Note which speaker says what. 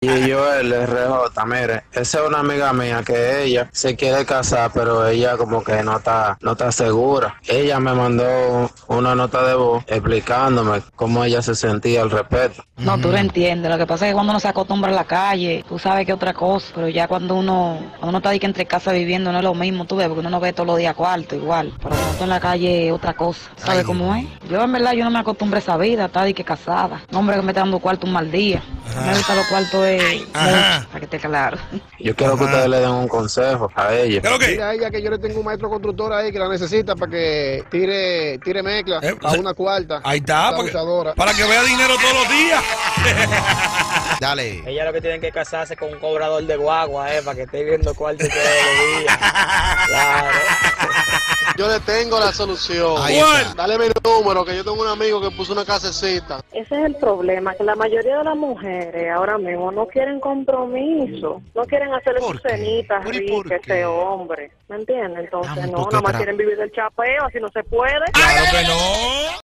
Speaker 1: Y yo le rejota, mire, esa es una amiga mía que ella se quiere casar, pero ella como que no está, no está segura. Ella me mandó una nota de voz explicándome cómo ella se sentía al respecto.
Speaker 2: No, tú lo entiendes. Lo que pasa es que cuando uno se acostumbra a la calle, tú sabes que otra cosa, pero ya cuando uno, cuando uno está ahí que entre casa viviendo no es lo mismo, tú ves, porque uno no ve todos los días cuarto igual, pero cuando está en la calle es otra cosa. ¿Sabes
Speaker 3: Ay.
Speaker 2: cómo es? Yo en verdad yo no me acostumbré a esa vida, está de que casada. Un hombre que me está dando cuarto un mal día.
Speaker 3: Ajá.
Speaker 2: Me gusta los cuartos de...
Speaker 3: Ah. Ajá.
Speaker 2: Para que esté claro.
Speaker 1: Yo quiero que
Speaker 3: Ajá.
Speaker 1: ustedes le den un consejo a ella.
Speaker 3: ¿Qué es lo que?
Speaker 4: Dile a ella que yo le tengo un maestro constructor ahí que la necesita para que tire, tire mezcla
Speaker 3: Eh,
Speaker 4: a
Speaker 3: se-
Speaker 4: una cuarta.
Speaker 3: Ahí está,
Speaker 4: Una
Speaker 3: para que,
Speaker 4: abusadora.
Speaker 3: para que vea dinero todos los días.
Speaker 5: Dale.
Speaker 6: Ella lo que tienen que casarse con un cobrador de guagua, eh, para que esté viendo cuarto todos los días. Claro.
Speaker 7: Yo le tengo la solución.
Speaker 5: Ahí
Speaker 3: ¿Cuál?
Speaker 5: está.
Speaker 7: Dale mi número, que yo tengo un amigo que puso una casecita.
Speaker 8: Ese es el problema, que la mayoría de las mujeres ahora mismo no quieren compromiso, no quieren hacerle
Speaker 5: ¿Por
Speaker 8: sus
Speaker 5: qué?
Speaker 8: cenitas
Speaker 5: ¿Pero y por
Speaker 8: ricas a
Speaker 5: qué?
Speaker 8: ese hombre, ¿me entiendes? Entonces
Speaker 5: Dame un
Speaker 8: no,
Speaker 5: poco
Speaker 8: nada más
Speaker 5: atrás.
Speaker 8: quieren vivir del chapeo, así no se puede.
Speaker 3: Claro que no.